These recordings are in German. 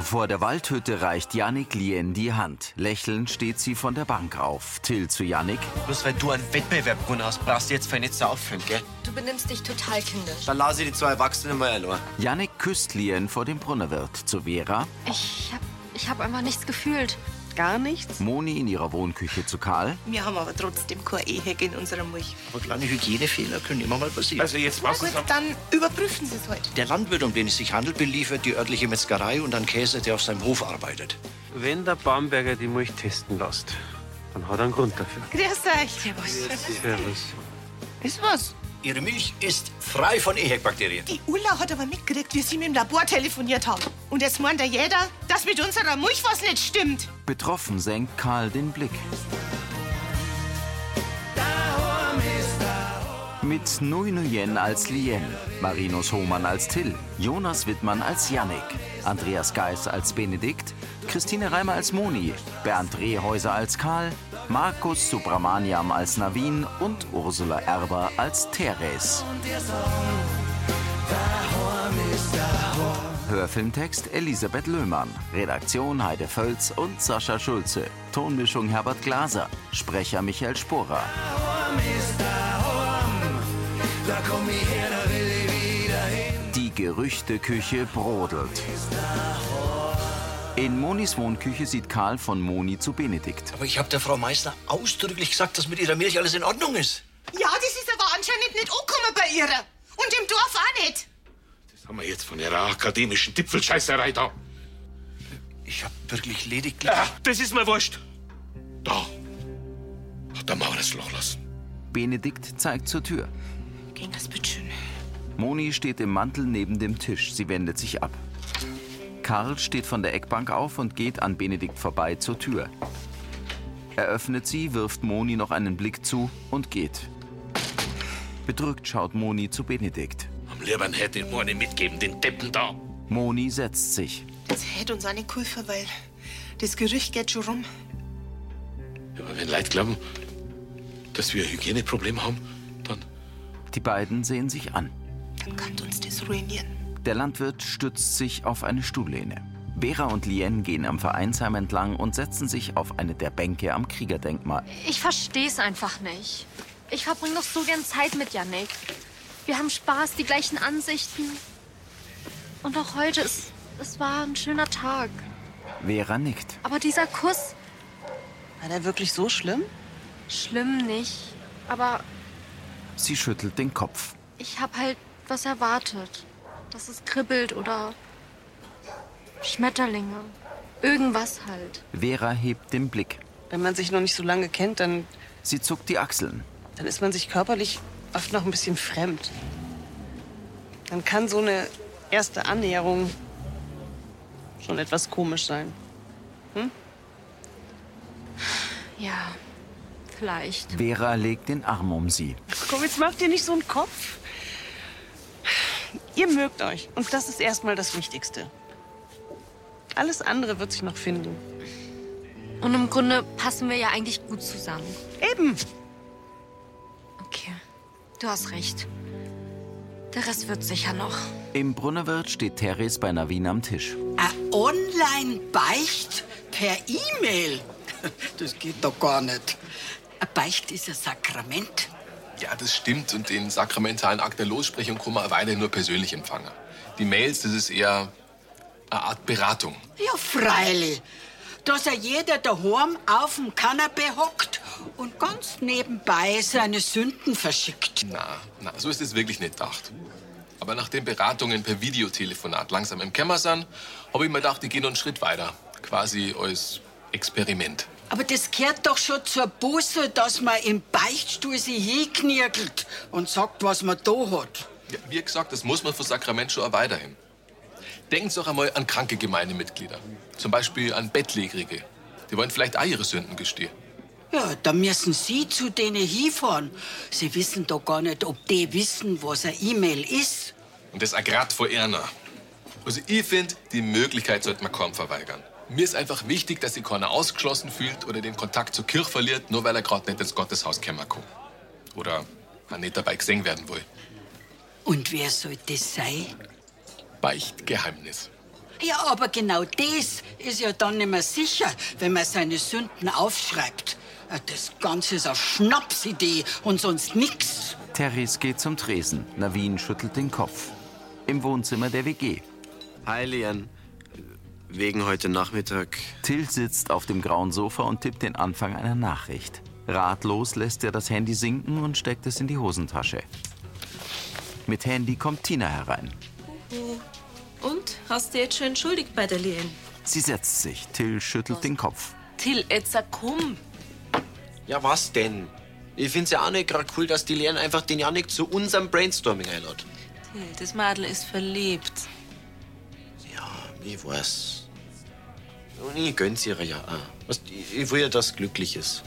Vor der Waldhütte reicht Yannick Lien die Hand. Lächelnd steht sie von der Bank auf. Till zu Yannick. Bloß weil du einen Wettbewerb gewonnen hast, brauchst du jetzt für nichts aufhören, gell? Du benimmst dich total kindisch. Dann lass ich die zwei Erwachsenen mal allein. Yannick küsst Lien vor dem Brunnerwirt. Zu Vera. Ich hab, ich hab einfach nichts gefühlt. Gar nichts? Moni in ihrer Wohnküche zu Karl. Wir haben aber trotzdem keine Ehe in unserer Milch. Aber kleine Hygienefehler können immer mal passieren. Also jetzt Na was gut, ist am dann überprüfen Sie es halt. heute. der Landwirt, um den es sich handelt, beliefert die örtliche Metzgerei und einen Käse, der auf seinem Hof arbeitet. Wenn der Bamberger die Milch testen lässt, dann hat er einen Grund dafür. Grüß euch. Servus. Servus. Ist was? Ihre Milch ist frei von Ehebakterien. Die Ulla hat aber mitgekriegt, wie sie mit dem Labor telefoniert haben. Und jetzt meint ja jeder, dass mit unserer Milch was nicht stimmt. Betroffen senkt Karl den Blick. Mit Nui Nuyen als Lien, Marinus Hohmann als Till, Jonas Wittmann als Yannick, Andreas Geis als Benedikt, Christine Reimer als Moni, Bernd Rehäuser als Karl, Markus Subramaniam als Navin und Ursula Erber als Teres. Hörfilmtext Elisabeth Löhmann. Redaktion Heide Völz und Sascha Schulze. Tonmischung Herbert Glaser. Sprecher Michael Sporer. Die Gerüchteküche brodelt. In Monis Wohnküche sieht Karl von Moni zu Benedikt. Aber ich habe der Frau Meißner ausdrücklich gesagt, dass mit ihrer Milch alles in Ordnung ist. Ja, das ist aber anscheinend nicht angekommen bei ihrer. Und im Dorf auch nicht. Das haben wir jetzt von ihrer akademischen Tipfelscheißerei da. Ich habe wirklich lediglich. Ah, das ist mir wurscht. Da hat der Maurer das Loch lassen. Benedikt zeigt zur Tür. Ging das bitteschön. Moni steht im Mantel neben dem Tisch. Sie wendet sich ab. Karl steht von der Eckbank auf und geht an Benedikt vorbei zur Tür. Er öffnet sie, wirft Moni noch einen Blick zu und geht. Bedrückt schaut Moni zu Benedikt. Am liebsten hätte ich morgen mitgeben, den Deppen da. Moni setzt sich. Das hätte uns auch nicht geholfen, weil das Gerücht geht schon rum. Ja, aber wenn Leute glauben, dass wir ein Hygieneproblem haben, dann Die beiden sehen sich an. Dann kann uns das ruinieren. Der Landwirt stützt sich auf eine Stuhllehne. Vera und Lien gehen am Vereinsheim entlang und setzen sich auf eine der Bänke am Kriegerdenkmal. Ich versteh's einfach nicht. Ich verbringe doch so gern Zeit mit Yannick. Wir haben Spaß, die gleichen Ansichten. Und auch heute, es, es war ein schöner Tag. Vera nickt. Aber dieser Kuss, War der wirklich so schlimm? schlimm nicht. Aber Sie schüttelt den Kopf. ich hab halt was erwartet. Dass es kribbelt oder Schmetterlinge. Irgendwas halt. Vera hebt den Blick. Wenn man sich noch nicht so lange kennt, dann, Sie zuckt die Achseln. dann ist man sich körperlich oft noch ein bisschen fremd. Dann kann so eine erste Annäherung schon etwas komisch sein. Hm? Ja, vielleicht. Vera legt den Arm um sie. Komm, jetzt macht ihr nicht so einen Kopf. Ihr mögt euch. Und das ist erstmal das Wichtigste. Alles andere wird sich noch finden. Und im Grunde passen wir ja eigentlich gut zusammen. Eben. Okay, du hast recht. Der Rest wird sicher noch. Im Brunnerwirt steht Teres bei Navin am Tisch. Eine Online-Beicht per E-Mail? Das geht doch gar nicht. Eine Beicht ist ein Sakrament. Ja, das stimmt. Und den sakramentalen Akt der Lossprechung kann man weiterhin nur persönlich empfangen. Die Mails, das ist eher eine Art Beratung. Ja, freilich. Dass er jeder daheim auf dem Kanapee hockt und ganz nebenbei seine Sünden verschickt. Na, Ah, na, so ist es wirklich nicht gedacht. Aber nachdem Beratungen per Videotelefonat langsam im Kämmer sind, habe ich mir gedacht, ich gehe noch einen Schritt weiter. Quasi als Experiment. Aber das gehört doch schon zur Buße, dass man im Beichtstuhl sich hinknirgelt und sagt, was man da hat. Ja, wie gesagt, das muss man für Sakrament schon auch weiterhin. Denkt doch einmal an kranke Gemeindemitglieder. Zum Beispiel an Bettlägerige. Die wollen vielleicht auch ihre Sünden gestehen. Ja, da müssen Sie zu denen hinfahren. Sie wissen doch gar nicht, ob die wissen, was eine E-Mail ist. Und das agrat vor Erna. Also ich finde, die Möglichkeit sollte man kaum verweigern. Mir ist einfach wichtig, dass sich keiner ausgeschlossen fühlt oder den Kontakt zur Kirche verliert, nur weil er gerade nicht ins Gotteshaus kämmer kann. Oder er nicht dabei gesehen werden will. Und wer soll das sein? Beichtgeheimnis. Ja, aber genau das ist ja dann nicht mehr sicher, wenn man seine Sünden aufschreibt. Das Ganze ist eine Schnapsidee und sonst nix. Teres geht zum Tresen. Navin schüttelt den Kopf. Im Wohnzimmer der WG. Hi, Leon. Wegen heute Nachmittag. Till sitzt auf dem grauen Sofa und tippt den Anfang einer Nachricht. Ratlos lässt er das Handy sinken und steckt es in die Hosentasche. Mit Handy kommt Tina herein. Oh. Und? Hast du jetzt schon entschuldigt bei der Lien? Sie setzt sich. Till schüttelt den Kopf. Till, jetzt sag komm. Ja, was denn? Ich find's ja auch nicht gerade cool, dass die Leon einfach den Janik zu unserem Brainstorming einlädt. Till, das Madel ist verliebt. Ich weiß. Und ich gönn's ihr ja auch. Weißt, ich, ich will ja, dass sie glücklich ist.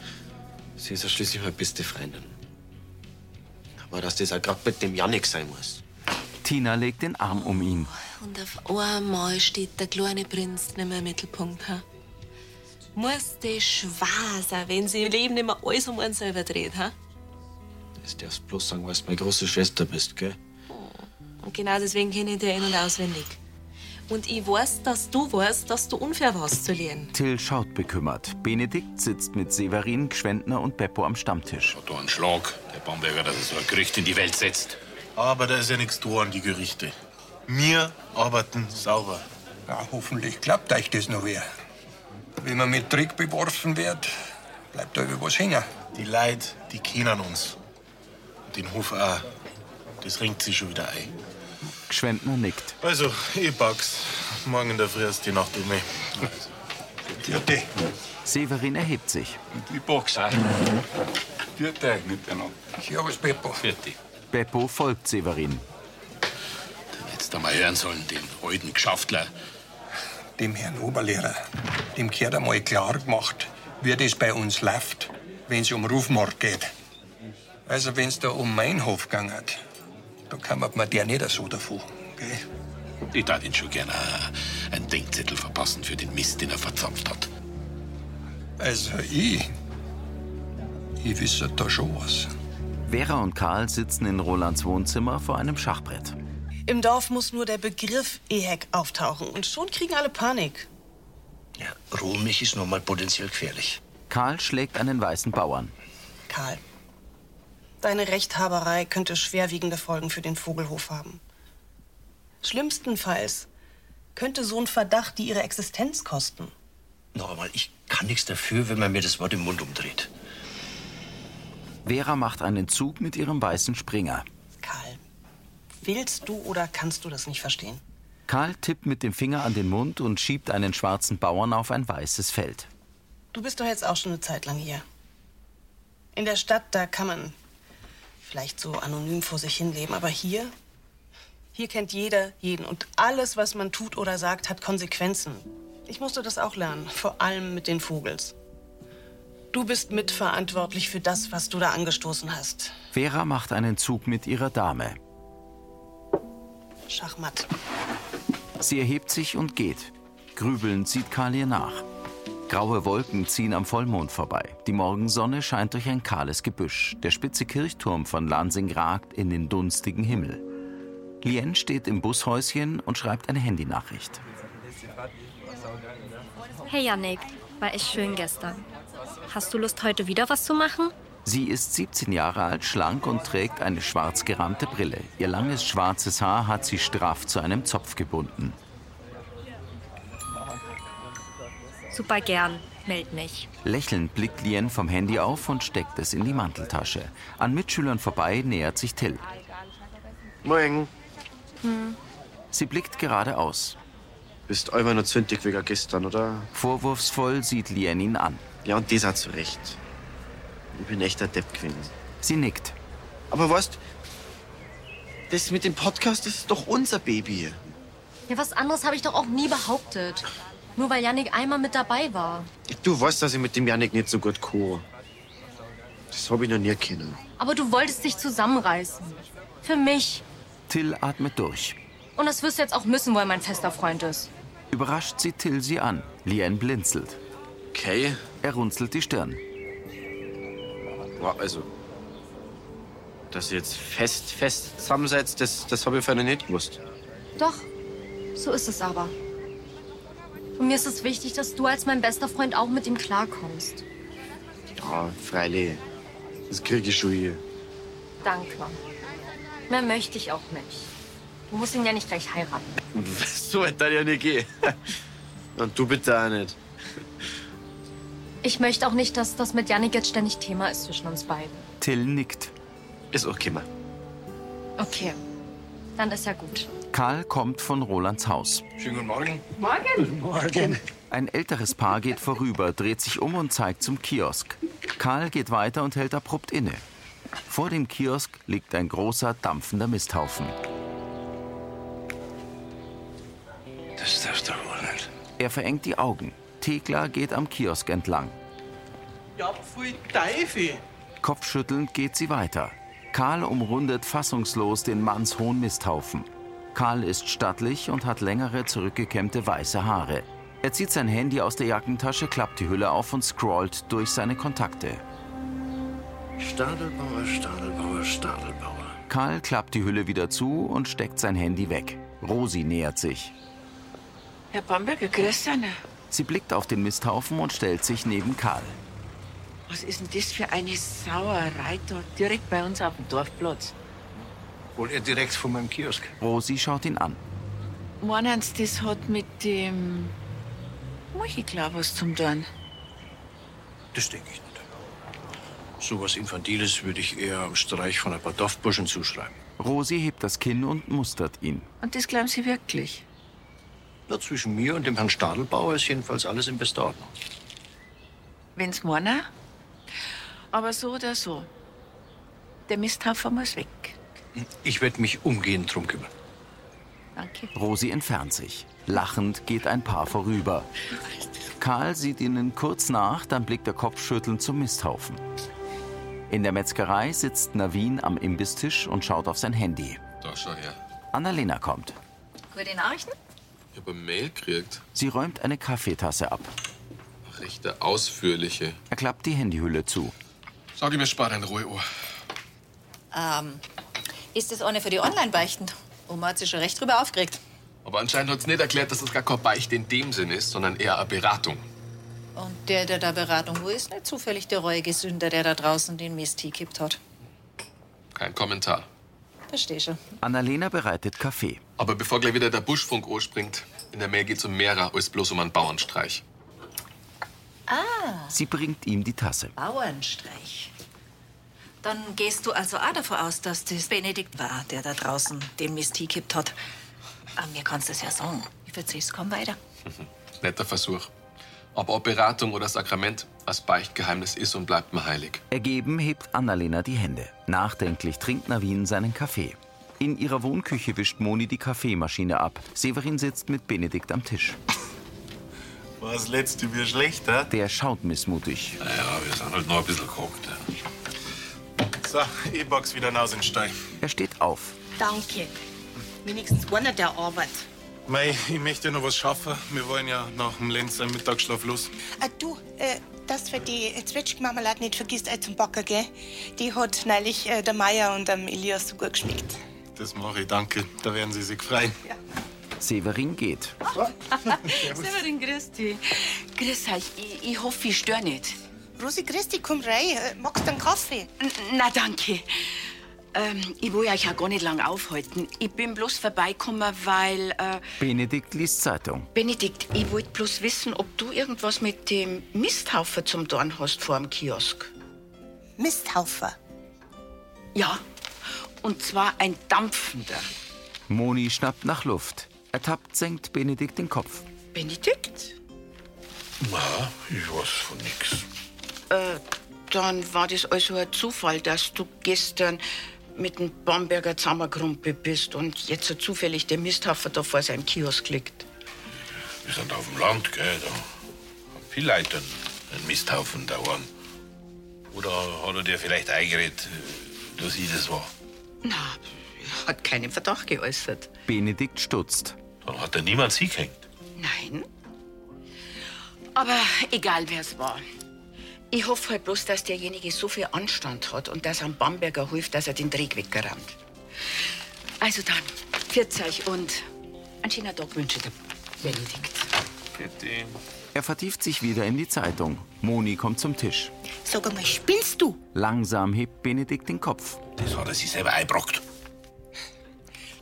Sie ist ja schließlich meine beste Freundin. Aber dass das auch gerade mit dem Janik sein muss. Tina legt den Arm um ihn. Und auf einmal steht der kleine Prinz nicht mehr im Mittelpunkt. Ha? Muss das schwer sein, wenn sie im Leben nicht mehr alles um einen selber dreht. Ha? Das darfst du bloß sagen, weil du meine große Schwester bist, gell? Und genau deswegen kenne ich dir in- und auswendig. Und ich weiß, dass du weißt, dass du unfair warst zu lernen. Till schaut bekümmert. Benedikt sitzt mit Severin, Gschwendner und Beppo am Stammtisch. Da ein Schlag, der Bamberger, dass er so ein Gericht in die Welt setzt. Aber da ist ja nichts da an die Gerichte. Wir arbeiten sauber. Ja, hoffentlich klappt euch das noch wer. Wenn man mit Trick beworfen wird, bleibt da über was hängen. Die Leute, die kennen uns. Und Den Hof auch. Das ringt sich schon wieder ein. Gschwendner nickt. Also, ich pack's. Morgen in der Früh ist die Nacht um mich. Vierte. Severin erhebt sich. Die Box. Vierte genau. euch miteinander. Servus, Beppo. Fertig. Beppo folgt Severin. Hättest du mal hören sollen, den alten Geschaftler. Dem Herrn Oberlehrer, dem gehört einmal klar gemacht, wie das bei uns läuft, wenn es um Rufmord geht. Also, wenn es da um meinen Hof gegangen hat, da kümmert man der nicht so davon. Ich darf ihn schon gerne einen Denkzettel verpassen für den Mist, den er verzapft hat. Also, ich. Ich wisse da schon was. Vera und Karl sitzen in Rolands Wohnzimmer vor einem Schachbrett. Im Dorf muss nur der Begriff Ehek auftauchen und schon kriegen alle Panik. Ruhmilch ist nun mal potenziell gefährlich. Karl schlägt einen weißen Bauern. Karl, deine Rechthaberei könnte schwerwiegende Folgen für den Vogelhof haben. Schlimmstenfalls könnte so ein Verdacht die ihre Existenz kosten. Noch einmal, ich kann nichts dafür, wenn man mir das Wort im Mund umdreht. Vera macht einen Zug mit ihrem weißen Springer. Willst du oder kannst du das nicht verstehen? Karl tippt mit dem Finger an den Mund und schiebt einen schwarzen Bauern auf ein weißes Feld. Du bist doch jetzt auch schon eine Zeit lang hier. In der Stadt, da kann man vielleicht so anonym vor sich hinleben, aber hier, hier kennt jeder jeden und alles, was man tut oder sagt, hat Konsequenzen. Ich musste das auch lernen, vor allem mit den Vogels. Du bist mitverantwortlich für das, was du da angestoßen hast. Vera macht einen Zug mit ihrer Dame. Schachmatt. Sie erhebt sich und geht. Grübelnd sieht Karl ihr nach. Graue Wolken ziehen am Vollmond vorbei. Die Morgensonne scheint durch ein kahles Gebüsch. Der spitze Kirchturm von Lansing ragt in den dunstigen Himmel. Lien steht im Bushäuschen und schreibt eine Handynachricht. Hey Yannick, war echt schön gestern. Hast du Lust, heute wieder was zu machen? Sie ist 17 Jahre alt, schlank und trägt eine schwarz gerahmte Brille. Ihr langes schwarzes Haar hat sie straff zu einem Zopf gebunden. Super gern, meld mich. Lächelnd blickt Lien vom Handy auf und steckt es in die Manteltasche. An Mitschülern vorbei nähert sich Till. Morgen. Hm. Sie blickt geradeaus. Bist immer noch zündig wegen gestern, oder? Vorwurfsvoll sieht Lien ihn an. Ja, und das hat zu Recht. Ich bin echter Depp gewesen. Sie nickt. Aber weißt, das mit dem Podcast, das ist doch unser Baby. Ja, was anderes habe ich doch auch nie behauptet. Nur weil Yannick einmal mit dabei war. Du weißt, dass ich mit dem Janik nicht so gut kann. Das hab ich noch nie kennen. Aber du wolltest dich zusammenreißen. Für mich. Till atmet durch. Und das wirst du jetzt auch müssen, weil mein fester Freund ist. Überrascht sieht Till sie an. Lien blinzelt. Okay. Er runzelt die Stirn. Wow, also, dass ihr jetzt fest, fest zusammensetzt, das, das habe ich vorher nicht gewusst. Doch, so ist es aber. Mir ist es wichtig, dass du als mein bester Freund auch mit ihm klarkommst. Ja, freilich. Das krieg ich schon hier. Danke. Mehr möchte ich auch nicht. Du musst ihn ja nicht gleich heiraten. So hätte dann ja nicht gehen. Und du bitte auch nicht. Ich möchte auch nicht, dass das mit Janik jetzt ständig Thema ist zwischen uns beiden. Till nickt. Ist okay, Mann. Okay. Dann ist ja gut. Karl kommt von Rolands Haus. Schönen guten Morgen. Morgen. Morgen. Ein älteres Paar geht vorüber, dreht sich um und zeigt zum Kiosk. Karl geht weiter und hält abrupt inne. Vor dem Kiosk liegt ein großer, dampfender Misthaufen. Das darfst du wohl nicht. Er verengt die Augen. Thekla geht am Kiosk entlang. Ja, pfui Teufel. Kopfschüttelnd geht sie weiter. Karl umrundet fassungslos den mannshohen Misthaufen. Karl ist stattlich und hat längere, zurückgekämmte weiße Haare. Er zieht sein Handy aus der Jackentasche, klappt die Hülle auf und scrollt durch seine Kontakte. Stadelbauer, Stadelbauer, Stadelbauer. Karl klappt die Hülle wieder zu und steckt sein Handy weg. Rosi nähert sich. Herr Bamberger, Christiane, Sie blickt auf den Misthaufen und stellt sich neben Karl. was ist denn das für eine Sauerei da direkt bei uns auf dem Dorfplatz? Wohl ihr direkt von meinem Kiosk. Rosi schaut ihn an. Meinen Sie, das hat mit dem Mochiklar was zum tun? Das denke ich nicht. Sowas Infantiles würde ich eher am Streich von ein paar Dorfburschen zuschreiben. Rosi hebt das Kinn und mustert ihn. Und das glauben Sie wirklich? Ja, zwischen mir und dem Herrn Stadelbauer ist jedenfalls alles in bester Ordnung. Wenn's meinen? Aber so oder so. Der Misthaufen muss weg. Ich werde mich umgehend drum kümmern. Danke. Rosi entfernt sich. Lachend geht ein Paar vorüber. Karl sieht ihnen kurz nach, dann blickt er kopfschüttelnd zum Misthaufen. In der Metzgerei sitzt Navin am Imbistisch und schaut auf sein Handy. Da schau her. Annalena kommt. Gute Nachrichten? Ich habe eine Mail gekriegt. Sie räumt eine Kaffeetasse ab. Rechte ausführliche. Er klappt die Handyhülle zu. Sag ich mir, spar dein Ruheuhr. Ähm, ist das eine für die Online-Beichten? Oma hat sich schon recht drüber aufgeregt. Aber anscheinend hat es nicht erklärt, dass es gar kein Beicht in dem Sinn ist, sondern eher eine Beratung. Und der, der da Beratung wo ist, nicht zufällig der reuige Sünder, der da draußen den Mist hingekippt hat. Kein Kommentar. Versteh schon. Annalena bereitet Kaffee. Aber bevor gleich wieder der Buschfunk springt, in der Mail geht es um mehrer als bloß um einen Bauernstreich. Ah, Sie bringt ihm die Tasse. Bauernstreich. Dann gehst du also auch davon aus, dass das Benedikt war, der da draußen den Mist hingekippt hat. Aber mir kannst du es ja sagen. Ich verzieh's, komm weiter. Netter Versuch. Aber ob Beratung oder Sakrament, das Beichtgeheimnis ist und bleibt mir heilig. Ergeben hebt Annalena die Hände. Nachdenklich trinkt Navin seinen Kaffee. In ihrer Wohnküche wischt Moni die Kaffeemaschine ab. Severin sitzt mit Benedikt am Tisch. War das letzte Bier schlechter? Der schaut missmutig. Naja, wir sind halt noch ein bisschen gehockt. So, ich box wieder raus in den Stein. Er steht auf. Danke. Wenigstens einer der Arbeit. Mei, ich möchte noch was schaffen. Wir wollen ja nach dem Lenz einen Mittagsschlaf los. Ah, du, äh, dass wir die äh, Zwetschgenmarmelade nicht vergisst, äh, zum Backen, gell? Die hat neulich äh, der Meier und dem Elias so gut geschmeckt. Das mache ich, danke. Da werden Sie sich freuen. Severin geht. Severin, grüß dich. Grüß euch. Ich, ich hoffe, ich störe nicht. Rosi Christi, komm rein. Äh, Magst du einen Kaffee? Na, danke. Ähm, ich will euch ja gar nicht lange aufhalten. Ich bin bloß vorbeigekommen, weil. Äh, Benedikt liest Zeitung. Benedikt, ich wollte bloß wissen, ob du irgendwas mit dem Misthaufen zum Dorn hast vor dem Kiosk. Misthaufer? Ja. Und zwar ein dampfender. Moni schnappt nach Luft. Ertappt senkt Benedikt den Kopf. Benedikt? Na, ich weiß von nix. Äh, dann war das also ein Zufall, dass du gestern mit dem Bamberger Zammergrumpe bist und jetzt so zufällig der Misthaufer da vor seinem Kiosk liegt. Wir sind auf dem Land, gell? Da haben viele Leute einen, einen Misthaufen daheim. Oder hat er dir vielleicht eingeredet, dass ich das war? Na, er hat keinen Verdacht geäußert. Benedikt stutzt. Dann hat er niemand sie gehängt. Nein. Aber egal, wer es war. Ich hoffe halt bloß, dass derjenige so viel Anstand hat und dass am Bamberger hilft, dass er den Dreck weggerannt. Also dann, 40 und einen schönen Tag wünsche ich dir, Benedikt. Geht stehen. Er vertieft sich wieder in die Zeitung. Moni kommt zum Tisch. Sag einmal, spinnst du? Langsam hebt Benedikt den Kopf. Das hat er sich selber einbrockt.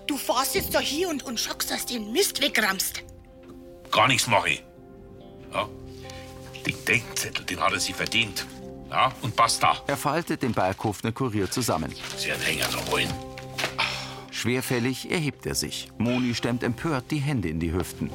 Du fährst jetzt da hier und, und schockst, dass du den Mist wegrammst. Gar nichts mache ich. Ja? Den Denkzettel, den hat er sich verdient. Ja, und basta. Er faltet den Balkhofner Kurier zusammen. Sie einen Hänger noch holen. Schwerfällig erhebt er sich. Moni stemmt empört die Hände in die Hüften.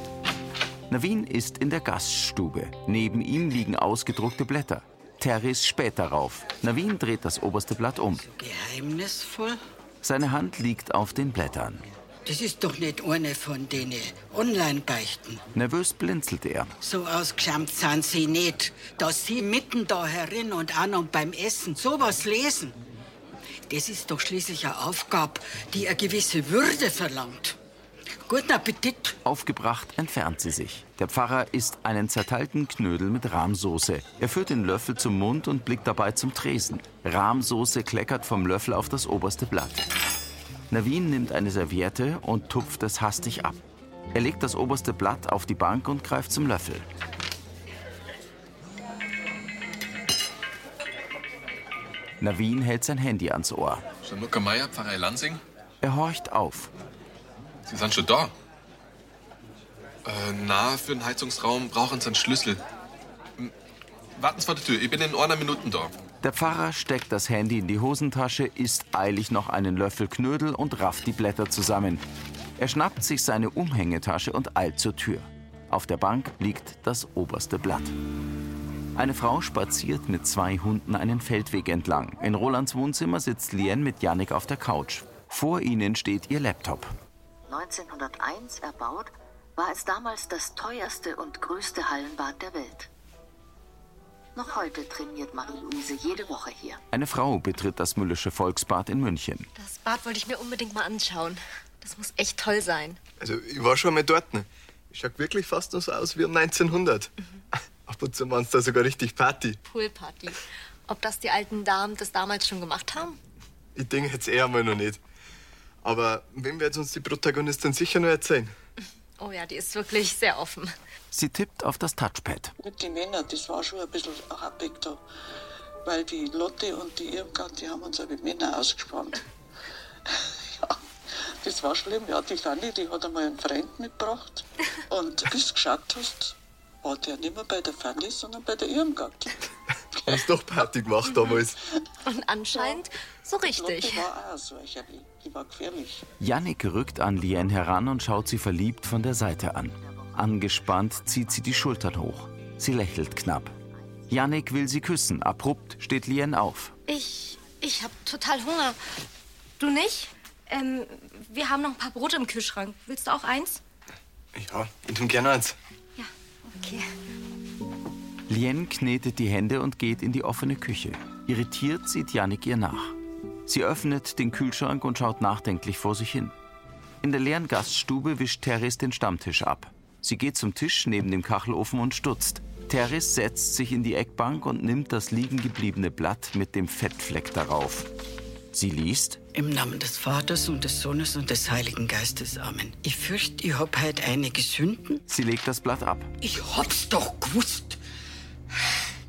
Navin ist in der Gaststube. Neben ihm liegen ausgedruckte Blätter. Teres späht darauf. Navin dreht das oberste Blatt um. Geheimnisvoll? Seine Hand liegt auf den Blättern. Das ist doch nicht eine von denen Online-Beichten. Nervös blinzelt er. So ausgeschämt sind sie nicht, dass sie mitten da herin und an und beim Essen sowas lesen. Das ist doch schließlich eine Aufgabe, die eine gewisse Würde verlangt. Guten Appetit. Aufgebracht entfernt sie sich. Der Pfarrer isst einen zerteilten Knödel mit Rahmsoße. Er führt den Löffel zum Mund und blickt dabei zum Tresen. Rahmsoße kleckert vom Löffel auf das oberste Blatt. Navin nimmt eine Serviette und tupft es hastig ab. Er legt das oberste Blatt auf die Bank und greift zum Löffel. Navin hält sein Handy ans Ohr. Schanucke Meier, Pfarrei Lansing, Er horcht auf. Sie sind schon da. Äh, na, für den Heizungsraum brauchen Sie einen Schlüssel. M, Warten Sie vor der Tür, ich bin in einer Minute da. Der Pfarrer steckt das Handy in die Hosentasche, isst eilig noch einen Löffel Knödel und rafft die Blätter zusammen. Er schnappt sich seine Umhängetasche und eilt zur Tür. Auf der Bank liegt das oberste Blatt. Eine Frau spaziert mit zwei Hunden einen Feldweg entlang. In Rolands Wohnzimmer sitzt Lien mit Jannik auf der Couch. Vor ihnen steht ihr Laptop. 1901 erbaut, war es damals das teuerste und größte Hallenbad der Welt. Noch heute trainiert Marie-Louise jede Woche hier. Eine Frau betritt das Müllische Volksbad in München. Das Bad wollte ich mir unbedingt mal anschauen. Das muss echt toll sein. Also, ich war schon mal dort. Ne? Schaut wirklich fast noch so aus wie um 1900. Ab und zu waren's da sogar richtig Party. Poolparty. Ob das die alten Damen das damals schon gemacht haben? Ich denke jetzt eher mal noch nicht. Aber wem wird uns die Protagonistin sicher noch erzählen? Oh ja, die ist wirklich sehr offen. Sie tippt auf das Touchpad. Mit den Männern, das war schon ein bisschen happig da. Weil die Lotte und die Irmgard, die haben uns auch mit Männern ausgespannt. ja, das war schlimm. Ja, die Fanny, die hat einmal einen Freund mitgebracht. Und bis du geschaut hast, war der nicht mehr bei der Fanny, sondern bei der Irmgard. Haben's doch Party gemacht damals. Und anscheinend so richtig. Lotte war auch so, ich die war gefährlich. Jannik rückt an Lien heran und schaut sie verliebt von der Seite an. Angespannt zieht sie die Schultern hoch. Sie lächelt knapp. Jannik will sie küssen. Abrupt steht Lien auf. Ich, ich hab total Hunger. Du nicht? Ähm, wir haben noch ein paar Brote im Kühlschrank. Willst du auch eins? Mhm. Ja, ich tu gerne eins. Okay. Lien knetet die Hände und geht in die offene Küche. Irritiert sieht Jannik ihr nach. Sie öffnet den Kühlschrank und schaut nachdenklich vor sich hin. In der leeren Gaststube wischt Teres den Stammtisch ab. Sie geht zum Tisch neben dem Kachelofen und stutzt. Teres setzt sich in die Eckbank und nimmt das liegen gebliebene Blatt mit dem Fettfleck darauf. Sie liest, Im Namen des Vaters und des Sohnes und des Heiligen Geistes. Amen. Ich fürchte, ich hab heute einige Sünden. sie legt das Blatt ab. Ich hab's doch gewusst.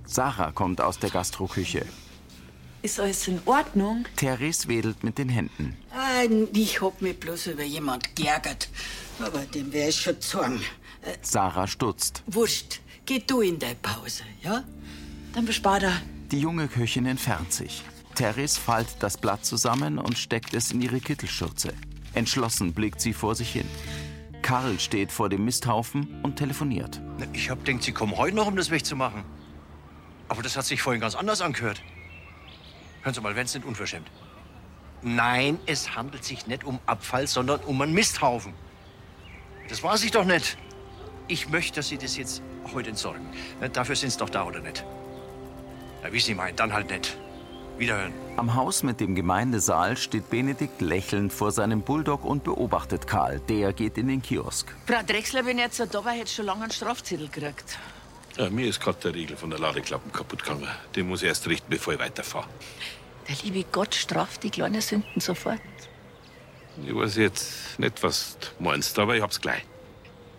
Sarah kommt aus der Gastroküche. Ist alles in Ordnung? Teres wedelt mit den Händen. Ah, Ich hab mich bloß über jemand geärgert. Aber dem wär ich schon zorn. Äh, Sarah stutzt. wurscht, geh du in deine Pause, ja? Dann bespar da. Die junge Köchin entfernt sich. Teres faltet das Blatt zusammen und steckt es in ihre Kittelschürze. Entschlossen blickt sie vor sich hin. Karl steht vor dem Misthaufen und telefoniert. Ich hab denkt, Sie kommen heute noch, um das wegzumachen. Aber das hat sich vorhin ganz anders angehört. Hören Sie mal, wenn's nicht unverschämt. Nein, es handelt sich nicht um Abfall, sondern um einen Misthaufen. Das weiß ich doch nicht. Ich möchte, dass Sie das jetzt heute entsorgen. Na, Dafür sind Sie doch da, oder nicht? Na, wie Sie meinen, dann halt nicht. Wiederhören. Am Haus mit dem Gemeindesaal steht Benedikt lächelnd vor seinem Bulldog und beobachtet Karl. Der geht in den Kiosk. Frau Drechsler, wenn ich jetzt so da war, hätte ich schon lange einen Strafzettel gekriegt. Ja, mir ist gerade der Riegel von der Ladeklappe kaputt gegangen. Den muss ich erst richten, bevor ich weiterfahre. Der liebe Gott straft die kleinen Sünden sofort. Ich weiß jetzt nicht, was du meinst, aber ich hab's gleich.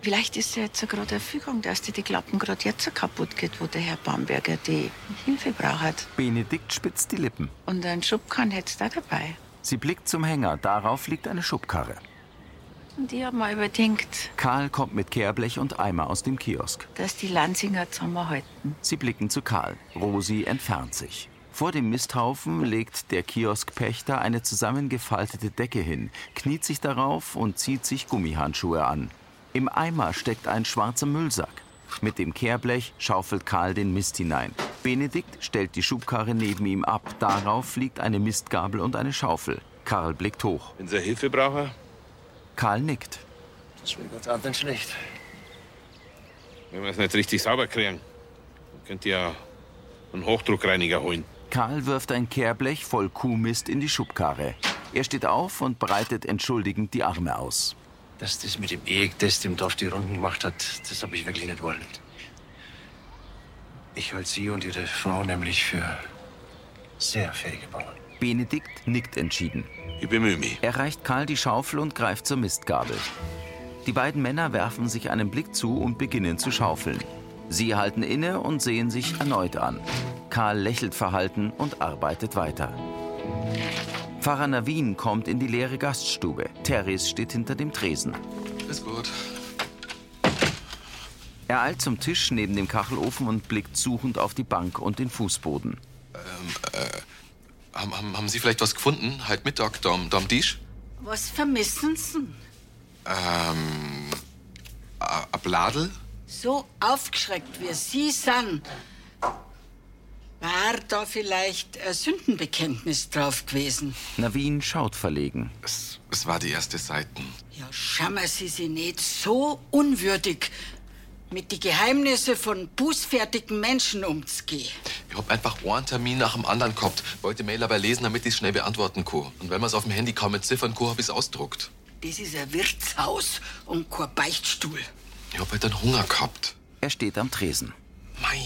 Vielleicht ist ja jetzt gerade eine Fügung, dass die, die Klappen gerade jetzt kaputt geht, wo der Herr Bamberger die Hilfe braucht. Benedikt spitzt die Lippen. Und einen Schub kann jetzt da dabei. Sie blickt zum Hänger, darauf liegt eine Schubkarre. Und ich hab mal überdenkt, Karl kommt mit Kehrblech und Eimer aus dem Kiosk. dass die Lanzinger zusammenhalten. Sie blicken zu Karl. Rosi entfernt sich. Vor dem Misthaufen legt der Kioskpächter eine zusammengefaltete Decke hin, kniet sich darauf und zieht sich Gummihandschuhe an. Im Eimer steckt ein schwarzer Müllsack. Mit dem Kehrblech schaufelt Karl den Mist hinein. Benedikt stellt die Schubkarre neben ihm ab. Darauf liegt eine Mistgabel und eine Schaufel. Karl blickt hoch. Wenn Sie Hilfe brauchen, Karl nickt. Das ist mir ganz anders schlecht. Wenn wir es nicht richtig sauber kriegen, dann könnt ihr einen Hochdruckreiniger holen. Karl wirft ein Kehrblech voll Kuhmist in die Schubkarre. Er steht auf und breitet entschuldigend die Arme aus. Dass das mit dem Ehektest im Dorf die Runden gemacht hat, das habe ich wirklich nicht wollen. Ich halte Sie und Ihre Frau nämlich für sehr fähige Bauern. Benedikt nickt entschieden. Ich bemühe mich. Er reicht Karl die Schaufel und greift zur Mistgabel. Die beiden Männer werfen sich einen Blick zu und beginnen zu schaufeln. Sie halten inne und sehen sich erneut an. Karl lächelt verhalten und arbeitet weiter. Pfarrer Navin kommt in die leere Gaststube. Teres steht hinter dem Tresen. Ist gut. Er eilt zum Tisch neben dem Kachelofen und blickt suchend auf die Bank und den Fußboden. Ähm, äh, haben, haben, haben Sie vielleicht was gefunden? Halt Mittag, Dom, Dom Disch? Was vermissen Sie? Ähm, a- ab Ladel? So aufgeschreckt wie Sie sind, war da vielleicht ein Sündenbekenntnis drauf gewesen. Navin schaut verlegen. Es war die erste Seiten. Ja, schammer Sie sie nicht so unwürdig, mit die Geheimnisse von bußfertigen Menschen umzugehen. Ich hab einfach einen Termin nach dem anderen gehabt. Wollte Mail aber lesen, damit ich schnell beantworten kann. Und wenn man es auf dem Handy kaum entziffern kann, hab ich's ausdruckt. Das ist ein Wirtshaus und kein Beichtstuhl. Ich hab halt dann Hunger gehabt. Er steht am Tresen. Mei,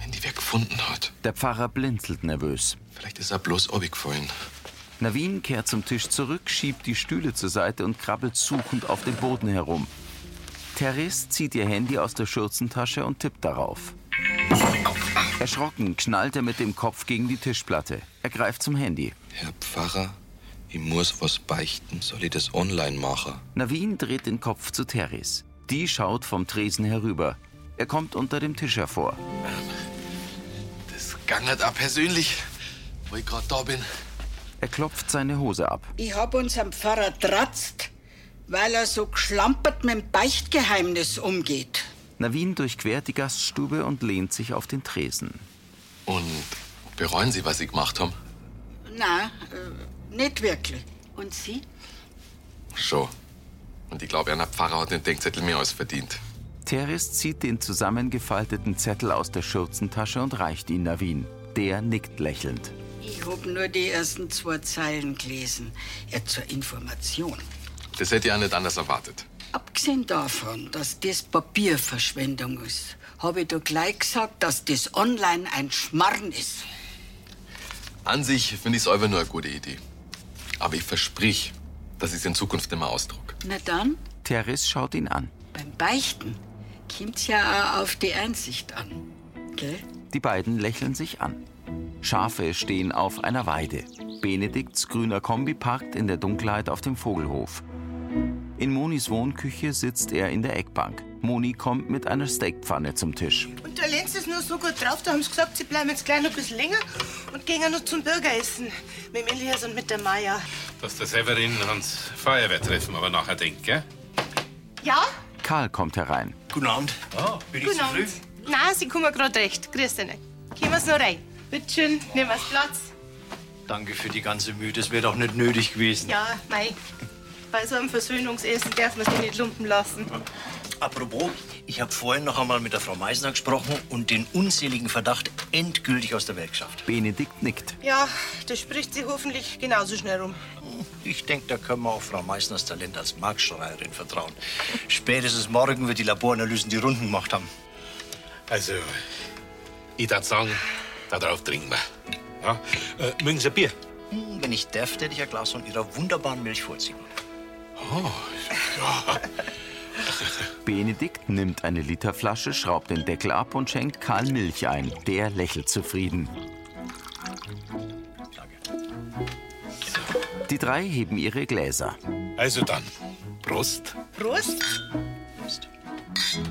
wenn die wer gefunden hat. Der Pfarrer blinzelt nervös. Vielleicht ist er bloß obigfallen. Navin kehrt zum Tisch zurück, schiebt die Stühle zur Seite und krabbelt suchend auf dem Boden herum. Therese zieht ihr Handy aus der Schürzentasche und tippt darauf. Erschrocken knallt er mit dem Kopf gegen die Tischplatte. Er greift zum Handy. Herr Pfarrer, ich muss was beichten. Soll ich das online machen? Navin dreht den Kopf zu Teres. Die schaut vom Tresen herüber. Er kommt unter dem Tisch hervor. Das gangert auch persönlich, wo ich gerade da bin. Er klopft seine Hose ab. Ich hab unseren Pfarrer dratzt, weil er so geschlampert mit dem Beichtgeheimnis umgeht. Navin durchquert die Gaststube und lehnt sich auf den Tresen. Und bereuen Sie, was Sie gemacht haben? Na, äh, nicht wirklich. Und Sie? Schon. Und ich glaube, einer Pfarrer hat den Denkzettel mehr als verdient. Teres zieht den zusammengefalteten Zettel aus der Schürzentasche und reicht ihn Navin. Der nickt lächelnd. Ich hab nur die ersten zwei Zeilen gelesen. Ja, zur Information. Das hätte ich auch nicht anders erwartet. Abgesehen davon, dass das Papierverschwendung ist, habe ich doch gleich gesagt, dass das online ein Schmarrn ist. An sich finde ich es einfach nur eine gute Idee. Aber ich versprich, dass ich es in Zukunft immer ausdruck. Na dann, Teres schaut ihn an. beim Beichten kommt's ja auch auf die Einsicht an. Gell? Die beiden lächeln sich an. Schafe stehen auf einer Weide. Benedikts grüner Kombi parkt in der Dunkelheit auf dem Vogelhof. In Monis Wohnküche sitzt er in der Eckbank. Moni kommt mit einer Steakpfanne zum Tisch. Und der Lenz ist nur so gut drauf, da haben sie gesagt, sie bleiben jetzt gleich noch ein bisschen länger und gehen nur zum Bürgeressen. Mit dem Elias und mit der Maya. Dass der Severin ans Feuerwehr treffen, aber nachher denkt, gell? Ja? Karl kommt herein. Guten Abend. Ah, Abend. Nein, sie kommen gerade recht. Grüß dich. Gehen wir's noch rein. Bitte schön, nehmen wir's Platz. Danke für die ganze Mühe, das wäre doch nicht nötig gewesen. Ja, mei. Bei so einem Versöhnungsessen darf man sich nicht lumpen lassen. Apropos, ich habe vorhin noch einmal mit der Frau Meisner gesprochen und den unseligen Verdacht endgültig aus der Welt geschafft. Benedikt nickt. Ja, das spricht sie hoffentlich genauso schnell rum. Ich denke, da können wir auf Frau Meisners Talent als Marktschreierin vertrauen. Spätestens morgen wird die Laboranalysen die Runden gemacht haben. Also, ich darf sagen, da drauf trinken wir. Ja? Äh, mögen Sie ein Bier? Hm, Wenn ich darf, hätte ich ein Glas von Ihrer wunderbaren Milch vorziehen. Oh, ja. Benedikt nimmt eine Literflasche, schraubt den Deckel ab und schenkt Karl Milch ein. Der lächelt zufrieden. Die drei heben ihre Gläser. Also dann, Prost. Prost.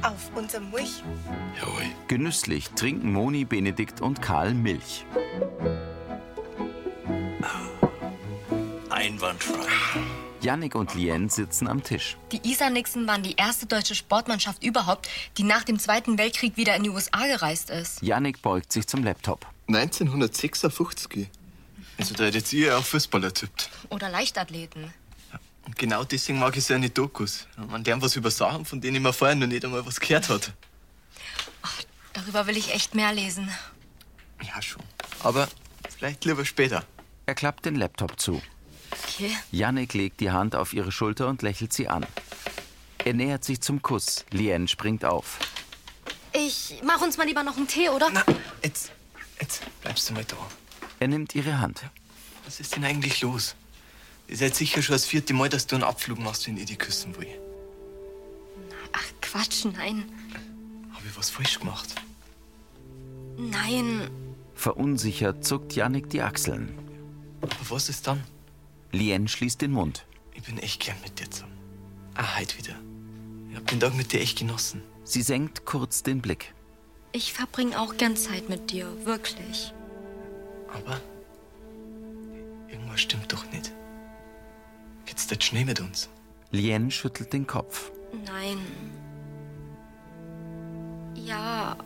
Auf unser Milch. Genüsslich trinken Moni, Benedikt und Karl Milch. Einwandfrei. Jannik und Lien sitzen am Tisch. Die Isar-Nixen waren die erste deutsche Sportmannschaft überhaupt, die nach dem Zweiten Weltkrieg wieder in die USA gereist ist. Jannik beugt sich zum Laptop. 1956. Also da hätte jetzt ihr auch Fußballer tippt. Oder Leichtathleten. Und genau deswegen mag ich so eine Dokus. Man lernt was über Sachen, von denen man vorher noch nicht einmal was gehört hat. Darüber will ich echt mehr lesen. Ja, schon. Aber vielleicht lieber später. Er klappt den Laptop zu. Okay. Jannik legt die Hand auf ihre Schulter und lächelt sie an. Er nähert sich zum Kuss. Lien springt auf. Ich mach uns mal lieber noch einen Tee, oder? äh. jetzt. Jetzt bleibst du mal da. Er nimmt ihre Hand. Was ist denn eigentlich los? Ihr seid sicher schon das vierte Mal, dass du einen Abflug machst, wenn ich dich küssen will. Quatsch, nein. Hab ich was falsch gemacht? Nein. Verunsichert zuckt Jannik die Achseln. Aber was ist dann? Lien schließt den Mund. Ich bin echt gern mit dir zusammen. Ah, heute wieder. Ich hab den Tag mit dir echt genossen. Sie senkt kurz den Blick. Ich verbringe auch gern Zeit mit dir, wirklich. Aber irgendwas stimmt doch nicht. Geht's nicht schnell mit uns? Lien schüttelt den Kopf. Nein. Ja,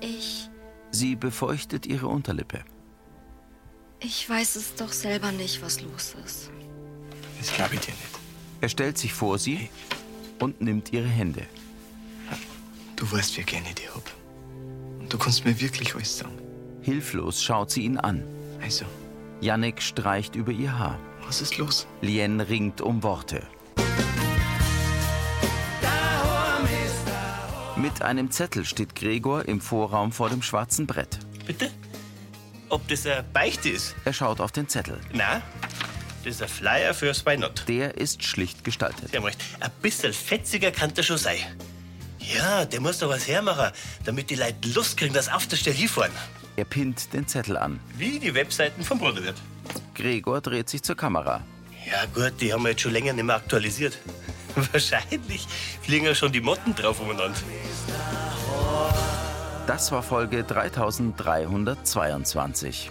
ich. Sie befeuchtet ihre Unterlippe. Ich weiß es doch selber nicht, was los ist. Das glaube ich dir nicht. Er stellt sich vor sie und nimmt ihre Hände. Du weißt, wie gerne ich dich hab. Und du kannst mir wirklich alles sagen. Hilflos schaut sie ihn an. Also. Jannik streicht über ihr Haar. Was ist los? Lien ringt um Worte. Mit einem Zettel steht Gregor im Vorraum vor dem schwarzen Brett. Bitte? Ob das eine Beichte ist? Er schaut auf den Zettel. Na, das ist ein Flyer fürs Weinot. Der ist schlicht gestaltet. Sie haben recht. Ein bisschen fetziger kann der schon sein. Ja, der muss doch was hermachen, damit die Leute Lust kriegen, dass auf der Stelle hinfahren. Er pinnt den Zettel an. Wie die Webseiten vom Bruderwirt. Gregor dreht sich zur Kamera. Ja, gut, die haben wir jetzt schon länger nicht mehr aktualisiert. Wahrscheinlich fliegen ja schon die Motten drauf umeinander. Das war Folge 3322.